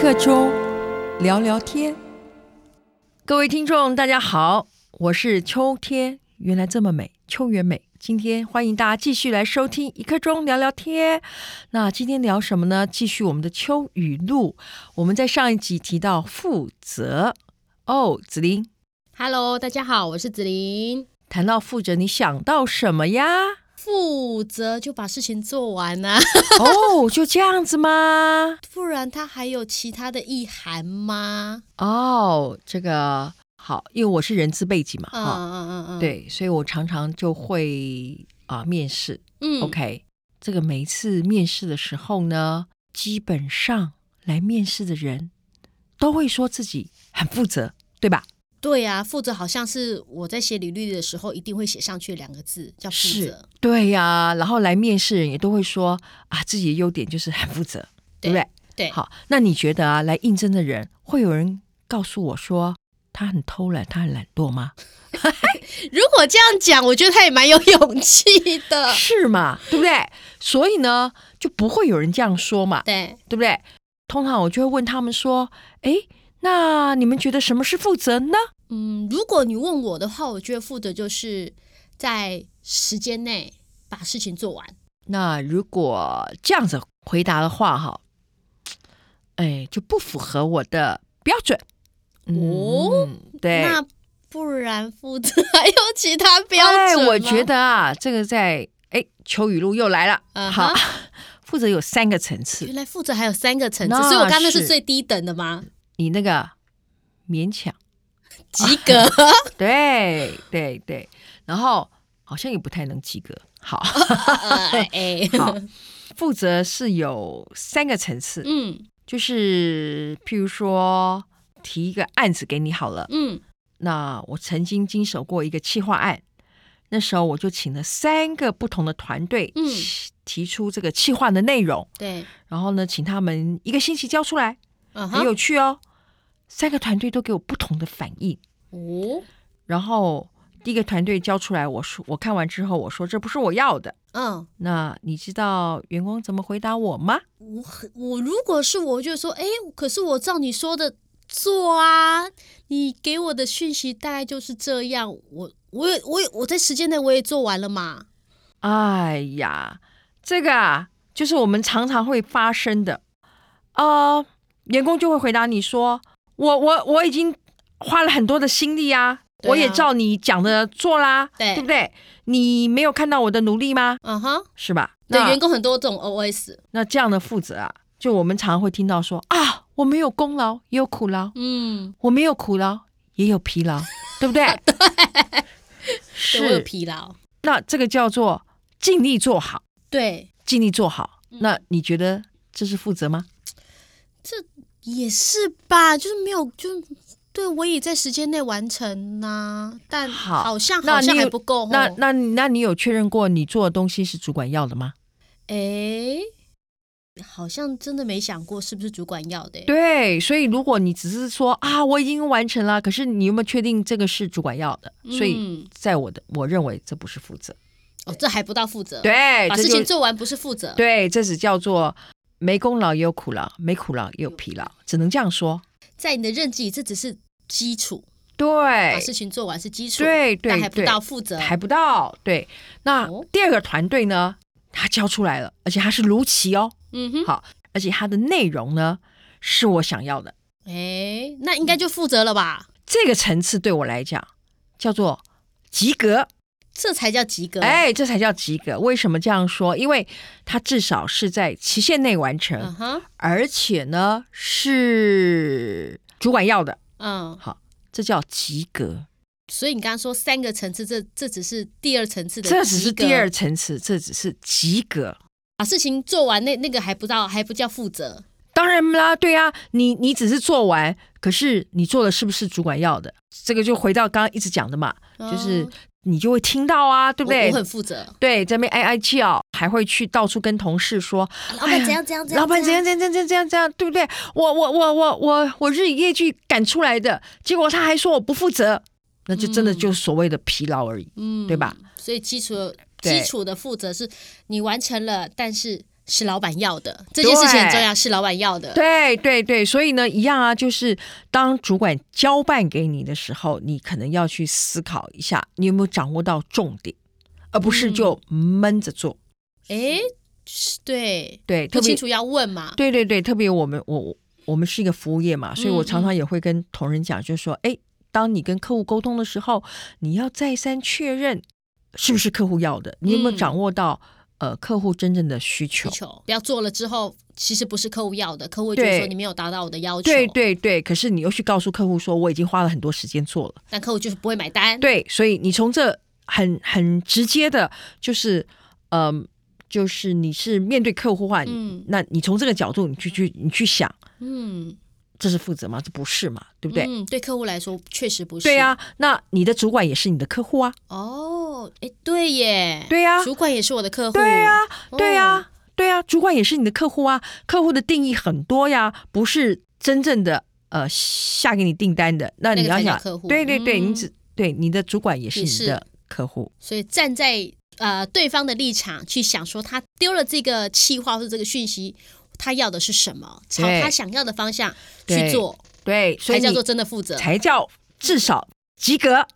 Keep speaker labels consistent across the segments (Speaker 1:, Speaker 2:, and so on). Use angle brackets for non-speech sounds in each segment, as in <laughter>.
Speaker 1: 刻钟聊聊天。各位听众，大家好，我是秋天，原来这么美，秋原美。今天欢迎大家继续来收听一刻钟聊聊天。那今天聊什么呢？继续我们的秋语录。我们在上一集提到负责哦，子琳
Speaker 2: Hello，大家好，我是子琳。
Speaker 1: 谈到负责，你想到什么呀？
Speaker 2: 负责就把事情做完啊， <laughs>
Speaker 1: 哦，就这样子吗？
Speaker 2: 不然它还有其他的意涵吗？
Speaker 1: 哦，这个好，因为我是人资背景嘛，
Speaker 2: 嗯
Speaker 1: 哈、
Speaker 2: 嗯嗯嗯，，
Speaker 1: 对，所以我常常就会啊、面试。
Speaker 2: 嗯
Speaker 1: OK，这个每一次面试的时候呢，基本上来面试的人都会说自己很负责，对吧？
Speaker 2: 对啊，负责好像是我在写履历的时候一定会写上去两个字，叫负
Speaker 1: 是
Speaker 2: 责。，
Speaker 1: 对呀、然后来面试人也都会说啊，自己的优点就是很负责，对不对？
Speaker 2: 对，
Speaker 1: 好，那你觉得啊，来应征的人会有人告诉我说他很偷懒，他很懒惰吗？
Speaker 2: 如果这样讲，我觉得他也蛮有勇气
Speaker 1: <laughs>
Speaker 2: 的。
Speaker 1: 是嘛？对不对？所以呢，就不会有人这样说嘛。
Speaker 2: 对，
Speaker 1: 对不对？通常我就会问他们说：“诶，那你们觉得什么是负责呢
Speaker 2: 嗯，如果你问我的话，我觉得负责就是在时间内把事情做完。？”
Speaker 1: 那如果这样子回答的话，哈，哎，就不符合我的标准。
Speaker 2: 哦
Speaker 1: 嗯，对，
Speaker 2: 那不然负责还有其他标准
Speaker 1: 哎，
Speaker 2: 吗？
Speaker 1: 我觉得啊，这个在哎秋雨露又来了。
Speaker 2: 嗯
Speaker 1: 好
Speaker 2: 哼，
Speaker 1: 负责有三个层次
Speaker 2: 原，来负责还有三个层次，
Speaker 1: 那
Speaker 2: 所以我刚刚那
Speaker 1: 是
Speaker 2: 是最低等的吗？
Speaker 1: 你那个勉强，
Speaker 2: 及
Speaker 1: <laughs>
Speaker 2: 格，
Speaker 1: 对对对，然后好像也不太能及格。好， <laughs>
Speaker 2: 哎、哎
Speaker 1: 好，负责是有三个层次，
Speaker 2: <laughs> 嗯
Speaker 1: 就是譬如说提一个案子给你好了，
Speaker 2: 嗯，
Speaker 1: 那我曾经经手过一个企划案，那时候我就请了三个不同的团队，
Speaker 2: 嗯
Speaker 1: 提提出这个企划的内容，
Speaker 2: 对，
Speaker 1: 然后呢，请他们一个星期交出来，
Speaker 2: 嗯
Speaker 1: 很
Speaker 2: 哼，
Speaker 1: 有趣哦。三个团队都给我不同的反应，
Speaker 2: 哦，
Speaker 1: 然后第一个团队交出来，我说我看完之后我说这不是我要的，
Speaker 2: 嗯，
Speaker 1: 那你知道员工怎么回答我吗？
Speaker 2: 我很我如果是我，我就说，哎、可是我照你说的做啊，你给我的讯息大概就是这样，我我也我也我在时间内我也做完了嘛，
Speaker 1: 哎呀，这个啊，就是我们常常会发生的。呃，员工就会回答你说：“我我我已经花了很多的心力啊，
Speaker 2: 对啊
Speaker 1: 我也照你讲的做啦，
Speaker 2: 对
Speaker 1: 不对？你没有看到我的努力吗？
Speaker 2: 嗯哼，
Speaker 1: 是吧？”
Speaker 2: 对，
Speaker 1: 那
Speaker 2: 员工很多这种 OS，
Speaker 1: 那这样的负责啊，就我们常会听到说啊，我没有功劳也有苦劳，
Speaker 2: 嗯，
Speaker 1: 我没有苦劳也有疲
Speaker 2: <laughs>
Speaker 1: 劳，对不对？
Speaker 2: 对我有
Speaker 1: 是。
Speaker 2: 疲劳，
Speaker 1: 那这个叫做尽力做好。
Speaker 2: 对，
Speaker 1: 尽力做好。
Speaker 2: 嗯
Speaker 1: 那你觉得这是负责吗？
Speaker 2: 也是吧，就是没有，就是对我也在时间内完成呐、但
Speaker 1: 好
Speaker 2: 好像
Speaker 1: 那
Speaker 2: 好像
Speaker 1: 你有
Speaker 2: 还不够哦。
Speaker 1: 那那你那你有确认过你做的东西是主管要的吗？
Speaker 2: 诶，好像真的没想过是不是主管要的、，
Speaker 1: 对，所以如果你只是说啊我已经完成了，可是你有没有确定这个是主管要的？所以
Speaker 2: 嗯、
Speaker 1: 在我的我认为这不是负责，
Speaker 2: 哦，这还不到负责，，
Speaker 1: 对，
Speaker 2: 把
Speaker 1: 这
Speaker 2: 事情
Speaker 1: 就
Speaker 2: 做完不是负责，，
Speaker 1: 对，这只叫做没功劳也有苦劳，没苦劳也有疲劳，只能这样说。
Speaker 2: 在你的任期这只是基础，把
Speaker 1: 对，
Speaker 2: 事情做完是基础，，
Speaker 1: 对对
Speaker 2: 但还不
Speaker 1: 对
Speaker 2: 到负责，
Speaker 1: 还不到。对，那
Speaker 2: 哦
Speaker 1: 第二个团队呢，他交出来了，而且他是如期哦。
Speaker 2: 嗯哼，
Speaker 1: 好，而且它的内容呢是我想要的。
Speaker 2: 诶，那应该就负责了吧？
Speaker 1: 这个层次对我来讲叫做及格，
Speaker 2: 这才叫及格，，
Speaker 1: 哎，这才叫及格。为什么这样说？因为它至少是在期限内完成，
Speaker 2: 嗯哼，
Speaker 1: 而且呢是主管要的，
Speaker 2: 嗯，
Speaker 1: 这叫及格。
Speaker 2: 所以你刚刚说三个层次，这这只是第二层次的及格，
Speaker 1: 这只是第二层次，这只是及格。
Speaker 2: 把事情做完那那个还不到，还不叫负责。
Speaker 1: 当然啦，对啊，你你只是做完，可是你做的是不是主管要的？这个就回到刚刚一直讲的嘛，就是
Speaker 2: 哦
Speaker 1: 你就会听到啊，对不
Speaker 2: 我
Speaker 1: 对？
Speaker 2: 我很负责。
Speaker 1: 对，这边哀哀叫，还会去到处跟同事说，
Speaker 2: 老
Speaker 1: 哎呀
Speaker 2: 板怎样怎样怎样，
Speaker 1: 老板怎样怎样怎样怎样怎样，对不对？我我我我我我日以夜去赶出来的，结果他还说我不负责，那就真的就所谓的疲劳而已。
Speaker 2: 嗯
Speaker 1: 对吧？
Speaker 2: 所以基础
Speaker 1: 对
Speaker 2: 基础的负责是你完成了，但是是老板要的，这件事情很重要，是老板要的。
Speaker 1: 对对对，所以呢，一样啊，就是当主管交办给你的时候，你可能要去思考一下，你有没有掌握到重点，而不是就闷着做。
Speaker 2: 哎，是对，
Speaker 1: 对，特
Speaker 2: 不
Speaker 1: 别
Speaker 2: 清楚要问嘛。
Speaker 1: 对对对，特别我们我我我们是一个服务业嘛，所以我
Speaker 2: 嗯
Speaker 1: 常常也会跟同仁讲，就是说，哎，当你跟客户沟通的时候，你要再三确认是不是客户要的，你有没有
Speaker 2: 嗯
Speaker 1: 掌握到、呃客户真正的需求
Speaker 2: 需？求不要做了之后，其实不是客户要的，客户就
Speaker 1: 对
Speaker 2: 说你没有达到我的要求，
Speaker 1: 对对对，可是你又去告诉客户说我已经花了很多时间做了，
Speaker 2: 但客户就是不会买单。
Speaker 1: 对，所以你从这很很直接的，就是嗯、就是你是面对客户化，你
Speaker 2: 嗯
Speaker 1: 那你从这个角度你去去你去想，
Speaker 2: 嗯，
Speaker 1: 这是负责吗？这不是嘛，对不对？
Speaker 2: 嗯，对客户来说确实不是。
Speaker 1: 对呀、那你的主管也是你的客户啊，
Speaker 2: 哦，哎，对耶，
Speaker 1: 对呀、
Speaker 2: 主管也是我的客户，
Speaker 1: 啊对呀、对啊呀、
Speaker 2: 哦
Speaker 1: 对呀、主管也是你的客户啊，客户的定义很多呀，不是真正的呃下给你订单的，那你
Speaker 2: 那个
Speaker 1: 要
Speaker 2: 才叫
Speaker 1: 想，
Speaker 2: 客户
Speaker 1: 对对对，
Speaker 2: 嗯
Speaker 1: 你只对你的主管也是
Speaker 2: 也
Speaker 1: 你
Speaker 2: 是
Speaker 1: 的客户，
Speaker 2: 所以站在呃对方的立场去想，说他丢了这个气话或者这个讯息，他要的是什么，朝
Speaker 1: 对
Speaker 2: 他想要的方向
Speaker 1: 对
Speaker 2: 去做，
Speaker 1: 对，所以
Speaker 2: 才叫
Speaker 1: 你
Speaker 2: 做真的负责。
Speaker 1: 才叫至少及格。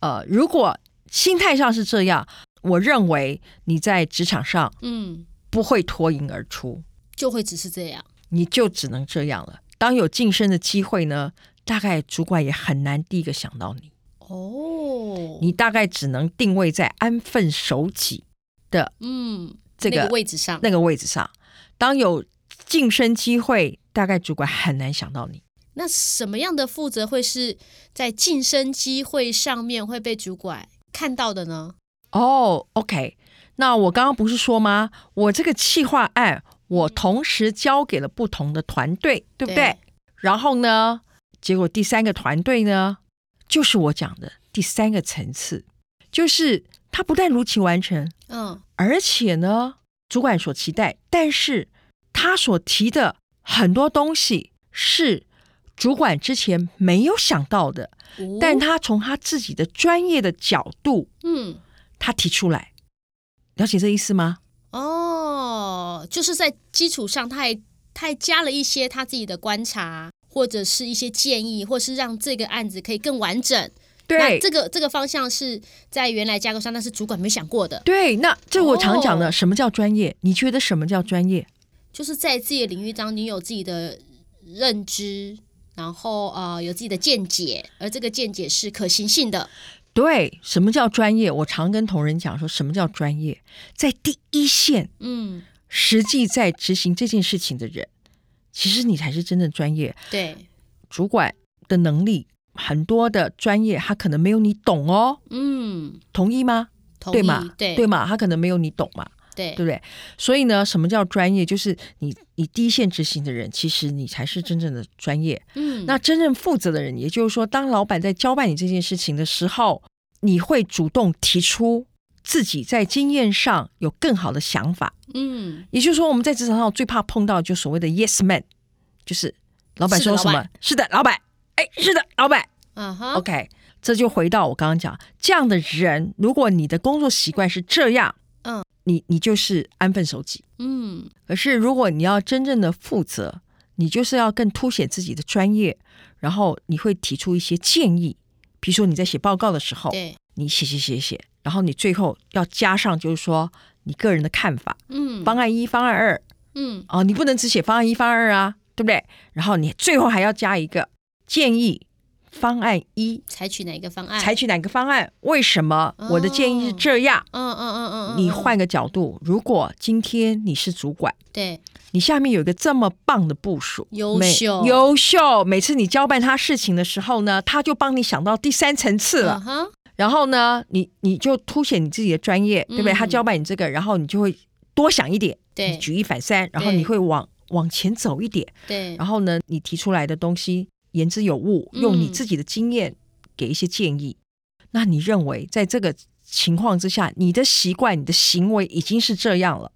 Speaker 1: 呃，如果心态上是这样，我认为你在职场上
Speaker 2: 嗯，
Speaker 1: 不会脱颖而出，
Speaker 2: 就会只是这样。
Speaker 1: 你就只能这样了。当有晋升的机会呢，大概主管也很难第一个想到你，
Speaker 2: 哦，
Speaker 1: 你大概只能定位在安分守己的
Speaker 2: 嗯，
Speaker 1: 这个、
Speaker 2: 那个位置上，
Speaker 1: 那个位置上。当有晋升机会，大概主管很难想到你。
Speaker 2: 那什么样的负责会是在晋升机会上面会被主管看到的呢？
Speaker 1: 哦、o k 那我刚刚不是说吗？我这个企划案，我同时交给了不同的团队，对不对？
Speaker 2: 嗯对
Speaker 1: 然后呢，结果第三个团队呢，就是我讲的第三个层次，就是他不但如期完成，
Speaker 2: 嗯，
Speaker 1: 而且呢，主管所期待，但是他所提的很多东西是主管之前没有想到的，
Speaker 2: 哦
Speaker 1: 但他从他自己的专业的角度。
Speaker 2: 嗯。
Speaker 1: 他提出来，了解这意思吗？
Speaker 2: 哦，就是在基础上，他还他还加了一些他自己的观察，或者是一些建议，或是让这个案子可以更完整。那这个这个方向是在原来架构上，那是主管没想过的，
Speaker 1: 对，那这我常讲的，
Speaker 2: 哦
Speaker 1: 什么叫专业？你觉得什么叫专业？
Speaker 2: 就是在自己的领域当中，你有自己的认知，然后呃有自己的见解，而这个见解是可行性的。
Speaker 1: 对，什么叫专业？我常跟同仁讲说，什么叫专业？在第一线，
Speaker 2: 嗯，
Speaker 1: 实际在执行这件事情的人，其实你才是真正专业。
Speaker 2: 对，
Speaker 1: 主管的能力，很多的专业他可能没有你懂哦，
Speaker 2: 嗯，
Speaker 1: 同意吗？
Speaker 2: 同
Speaker 1: 对
Speaker 2: 意，
Speaker 1: 嘛？
Speaker 2: 对
Speaker 1: 对嘛？他可能没有你懂嘛。
Speaker 2: 对
Speaker 1: 对不对？所以呢，什么叫专业？就是你你第一线执行的人，其实你才是真正的专业。
Speaker 2: 嗯，
Speaker 1: 那真正负责的人，也就是说，当老板在交办你这件事情的时候，你会主动提出自己在经验上有更好的想法。
Speaker 2: 嗯，
Speaker 1: 也就是说，我们在职场上最怕碰到就所谓的 yes man，就是老板
Speaker 2: 是
Speaker 1: 说
Speaker 2: 的
Speaker 1: 什么
Speaker 2: 老板，
Speaker 1: 是的，老板，哎，是的，老板。
Speaker 2: 啊哈
Speaker 1: OK，这就回到我刚刚讲，这样的人，如果你的工作习惯是这样，
Speaker 2: 嗯，
Speaker 1: 你你就是安分守己。
Speaker 2: 嗯，
Speaker 1: 可是如果你要真正的负责，你就是要更凸显自己的专业，然后你会提出一些建议，比如说你在写报告的时候，
Speaker 2: 对，
Speaker 1: 你写写写写，然后你最后要加上就是说你个人的看法，
Speaker 2: 嗯，
Speaker 1: 方案一、方案二
Speaker 2: 嗯，
Speaker 1: 哦，你不能只写方案一、方案二啊，对不对？然后你最后还要加一个建议方案一，
Speaker 2: 采取哪一个方案？
Speaker 1: 采取哪个方案？为什么我的建议是
Speaker 2: 哦
Speaker 1: 这样？
Speaker 2: 嗯嗯嗯嗯嗯，
Speaker 1: 你
Speaker 2: 嗯
Speaker 1: 换个角度，如果今天你是主管。
Speaker 2: 对
Speaker 1: 你下面有一个这么棒的部署，
Speaker 2: 优
Speaker 1: 每
Speaker 2: 秀
Speaker 1: 优秀。每次你交办他事情的时候呢，他就帮你想到第三层次了。
Speaker 2: 嗯哼，
Speaker 1: 然后呢，你你就凸显你自己的专业，对不对？
Speaker 2: 嗯
Speaker 1: 他交办你这个，然后你就会多想一点，你
Speaker 2: 对
Speaker 1: 举一反三，然后
Speaker 2: 对嗯
Speaker 1: 你会往往前走一点。
Speaker 2: 对，
Speaker 1: 然后呢，你提出来的东西言之有物，
Speaker 2: 嗯
Speaker 1: 用你自己的经验给一些建议。那你认为在这个情况之下，你的习惯、你的行为已经是这样了，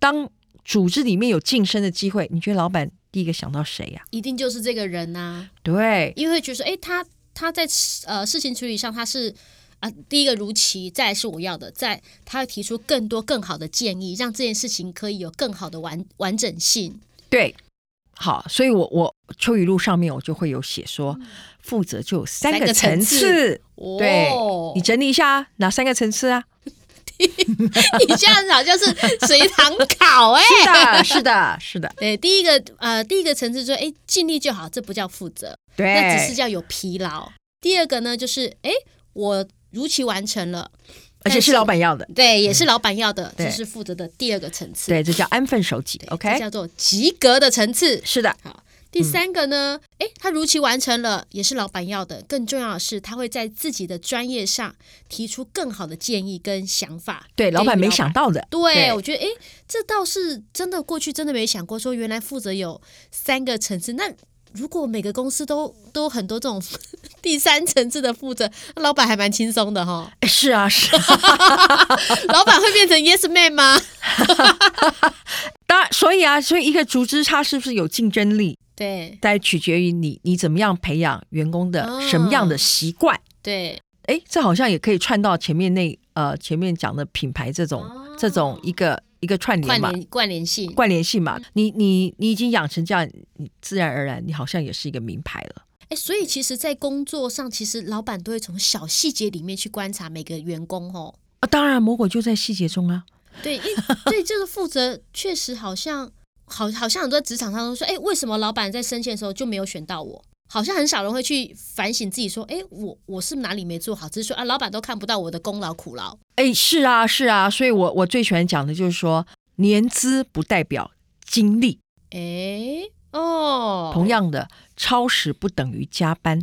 Speaker 1: 当组织里面有晋升的机会，你觉得老板第一个想到谁呀、
Speaker 2: 一定就是这个人呐、啊
Speaker 1: 对
Speaker 2: 因为会觉得说，哎，他他在呃事情处理上他是啊，第一个如期，再来是我要的，再他会提出更多更好的建议，让这件事情可以有更好的完完整性。
Speaker 1: 对，好，所以我我秋雨录上面我就会有写说，负责就有三
Speaker 2: 嗯三
Speaker 1: 个
Speaker 2: 个层
Speaker 1: 层
Speaker 2: 次
Speaker 1: 次，对
Speaker 2: 哦
Speaker 1: 你整理一下啊哪三个层次啊？
Speaker 2: 你这样子好像是随堂 <laughs> 考哎、
Speaker 1: 是的，是的，是的，
Speaker 2: 对，第一个呃，第一个层次说，哎，尽力就好，这不叫负责，
Speaker 1: 对，
Speaker 2: <laughs> 那只是叫有疲劳。第二个呢，就是哎，我如期完成了，嗯
Speaker 1: 而且是老板要的，
Speaker 2: 对，也是老板要的，
Speaker 1: 对
Speaker 2: 这是负责的第二个层次。
Speaker 1: 对，这叫安分守己
Speaker 2: 对这
Speaker 1: ，OK？
Speaker 2: 叫做及格的层次。
Speaker 1: 是的，
Speaker 2: 好，第三个呢，哎、他如期完成了，也是老板要的。更重要的是，他会在自己的专业上提出更好的建议跟想法。
Speaker 1: 对，老板
Speaker 2: 给予
Speaker 1: 没想到
Speaker 2: <laughs>
Speaker 1: 的，
Speaker 2: 对，
Speaker 1: 对
Speaker 2: 我觉得哎，诶这倒是真的，过去真的没想过说原来负责有三个层次。那如果每个公司都都有很多这种 <laughs> 第三层次的负责，那老板还蛮轻松的 <laughs> 哈。
Speaker 1: 哎是啊，是
Speaker 2: <laughs>
Speaker 1: 啊，
Speaker 2: 老板会变成 yes man 吗？
Speaker 1: 当然，所以啊，所以一个组织它是不是有竞争力，
Speaker 2: 对
Speaker 1: 在取决于你你怎么样培养员工的
Speaker 2: 嗯
Speaker 1: 什么样的习惯。
Speaker 2: 对，
Speaker 1: 哎，这好像也可以串到前面那呃前面讲的品牌这种、
Speaker 2: 哦
Speaker 1: 这种一个一个串联
Speaker 2: 关
Speaker 1: 嘛，
Speaker 2: 联关联性，
Speaker 1: 关联性嘛。你你你已经养成这样，你自然而然你好像也是一个名牌了。
Speaker 2: 哎，所以其实，在工作上，其实老板都会从小细节里面去观察每个员工哦。
Speaker 1: 啊，当然魔鬼就在细节中啊。
Speaker 2: 对，因为对这个负责，确实好像好，好像很多职场上都说，哎，为什么老板在升迁的时候就没有选到我？好像很少人会去反省自己，说，哎，我我是哪里没做好？只是说啊，老板都看不到我的功劳苦劳。
Speaker 1: 哎，是啊是啊，所以我我最喜欢讲的就是说，年资不代表经历，
Speaker 2: 哎，哦，
Speaker 1: 同样的，超时不等于加班。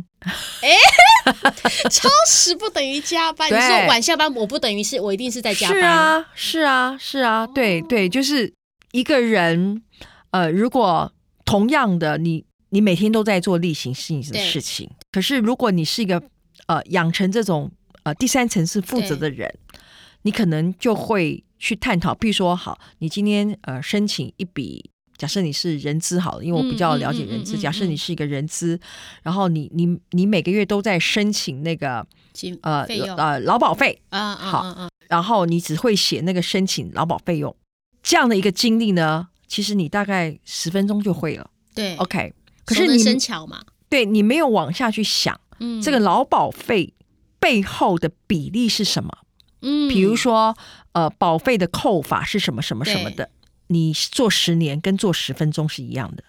Speaker 2: 超时不等于
Speaker 1: <laughs>
Speaker 2: 加班，你
Speaker 1: 对
Speaker 2: 说晚下班，我不等于是我一定是在加班。哦
Speaker 1: 是，啊，是啊，是啊，对对，就是一个人，呃，如果同样的你，你每天都在做例行性的
Speaker 2: 对
Speaker 1: 事情，可是如果你是一个呃养成这种呃第三层次负责的人，你可能就会去探讨，比如说，好，你今天呃申请一笔。假设你是人资好了，因为我比
Speaker 2: 嗯
Speaker 1: 较
Speaker 2: 嗯
Speaker 1: 了解
Speaker 2: 嗯
Speaker 1: 人资。
Speaker 2: 嗯嗯
Speaker 1: 假设
Speaker 2: 嗯
Speaker 1: 你是一个人资，然后你你你每个月都在申请那个
Speaker 2: 请
Speaker 1: 呃
Speaker 2: 费用啊
Speaker 1: 呃劳保费，
Speaker 2: 啊啊
Speaker 1: 好
Speaker 2: 啊！
Speaker 1: 然后你只会写那个申请劳保费用这样的一个经历呢，其实你大概十分钟就会了。
Speaker 2: 对
Speaker 1: OK，可哦
Speaker 2: 可
Speaker 1: 是
Speaker 2: 是
Speaker 1: 你
Speaker 2: 生巧嘛，
Speaker 1: 对你没有往下去想、
Speaker 2: 嗯，
Speaker 1: 这个劳保费背后的比例是什么，
Speaker 2: 嗯，
Speaker 1: 比如说呃保费的扣法是什么什么什么的，你做十年跟做十分钟是一样的，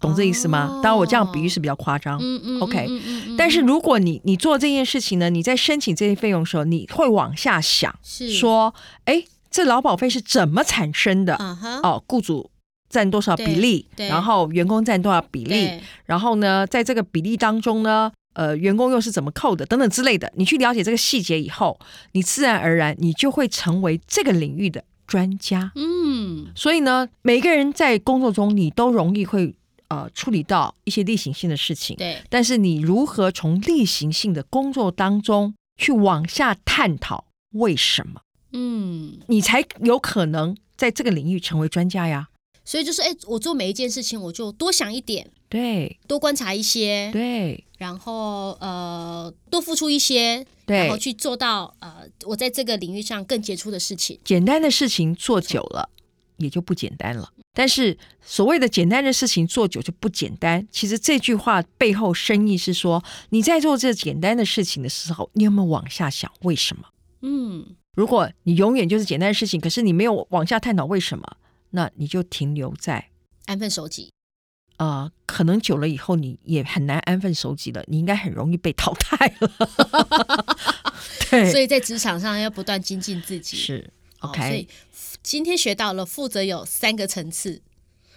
Speaker 1: 懂这意思吗？
Speaker 2: 哦
Speaker 1: 当然我这样比喻是比较夸张。
Speaker 2: 嗯，嗯嗯
Speaker 1: OK，
Speaker 2: 嗯嗯嗯
Speaker 1: 但是如果你你做这件事情呢，你在申请这些费用的时候，你会往下想，
Speaker 2: 是
Speaker 1: 说，哎，这劳保费是怎么产生的？
Speaker 2: 啊哈，
Speaker 1: 哦，雇主占多少比例，
Speaker 2: 对对
Speaker 1: 然后员工占多少比例，
Speaker 2: 对，
Speaker 1: 然后呢，在这个比例当中呢，呃，员工又是怎么扣的，等等之类的。你去了解这个细节以后，你自然而然你就会成为这个领域的专家。
Speaker 2: 嗯，
Speaker 1: 所以呢，每个人在工作中，你都容易会呃处理到一些例行性的事情，
Speaker 2: 对，
Speaker 1: 但是你如何从例行性的工作当中去往下探讨为什么？
Speaker 2: 嗯，
Speaker 1: 你才有可能在这个领域成为专家呀。
Speaker 2: 所以就是，哎，我做每一件事情，我就多想一点，
Speaker 1: 对
Speaker 2: 多观察一些，
Speaker 1: 对
Speaker 2: 然后呃，多付出一些，然后
Speaker 1: 对，
Speaker 2: 去做到呃，我在这个领域上更杰出的事情。
Speaker 1: 简单的事情做久了也就不简单了。但是所谓的简单的事情做久就不简单，其实这句话背后深意是说，你在做这简单的事情的时候，你有没有往下想为什么？
Speaker 2: 嗯，
Speaker 1: 如果你永远就是简单的事情，可是你没有往下探讨为什么，那你就停留在
Speaker 2: 安分守己。
Speaker 1: 呃，可能久了以后你也很难安分守己了，你应该很容易被淘汰了。 <laughs> 对，
Speaker 2: 所以在职场上要不断精进自己。
Speaker 1: 哎是
Speaker 2: 哦所
Speaker 1: OK，
Speaker 2: 以今天学到了负责有三个层次。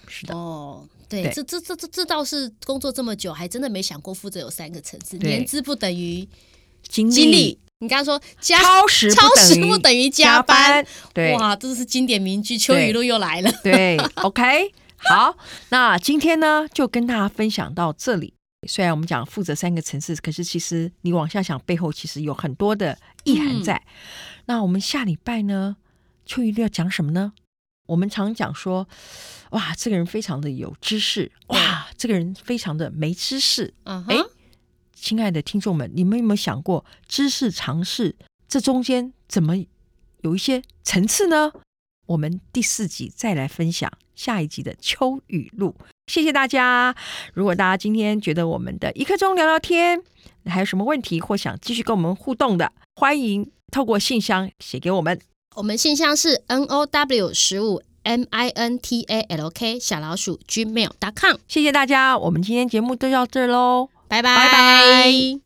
Speaker 1: 是的，
Speaker 2: 哦，对，
Speaker 1: 对
Speaker 2: 这这这这这倒是工作这么久，还真的没想过负责有三个层次，
Speaker 1: 对
Speaker 2: 年资不等于
Speaker 1: 经
Speaker 2: 经历。你刚刚说加
Speaker 1: 超时
Speaker 2: 超时
Speaker 1: 不
Speaker 2: 不
Speaker 1: 等
Speaker 2: 等
Speaker 1: 于
Speaker 2: 于加班，，
Speaker 1: 对
Speaker 2: 哇，这是经典名句，秋
Speaker 1: 对
Speaker 2: 雨露又来了。
Speaker 1: 对 OK。好，那今天呢就跟大家分享到这里。虽然我们讲负责三个层次，可是其实你往下想，背后其实有很多的意
Speaker 2: 嗯
Speaker 1: 涵在。那我们下礼拜呢，秋雨露要讲什么呢？我们常讲说，哇，这个人非常的有知识，哇，这个人非常的没知识，
Speaker 2: 嗯哼
Speaker 1: 哎，亲爱的听众们，你们有没有想过，知识尝试这中间怎么有一些层次呢？我们第四集再来分享下一集的秋雨露。谢谢大家！如果大家今天觉得我们的一刻钟聊聊天还有什么问题，或想继续跟我们互动的，欢迎透过信箱写给我们。
Speaker 2: 我们信箱是 n o w 十五 m i n t a l k 小老鼠 gmail.com。
Speaker 1: 谢谢大家，我们今天节目就到这喽，
Speaker 2: 拜
Speaker 1: 拜拜。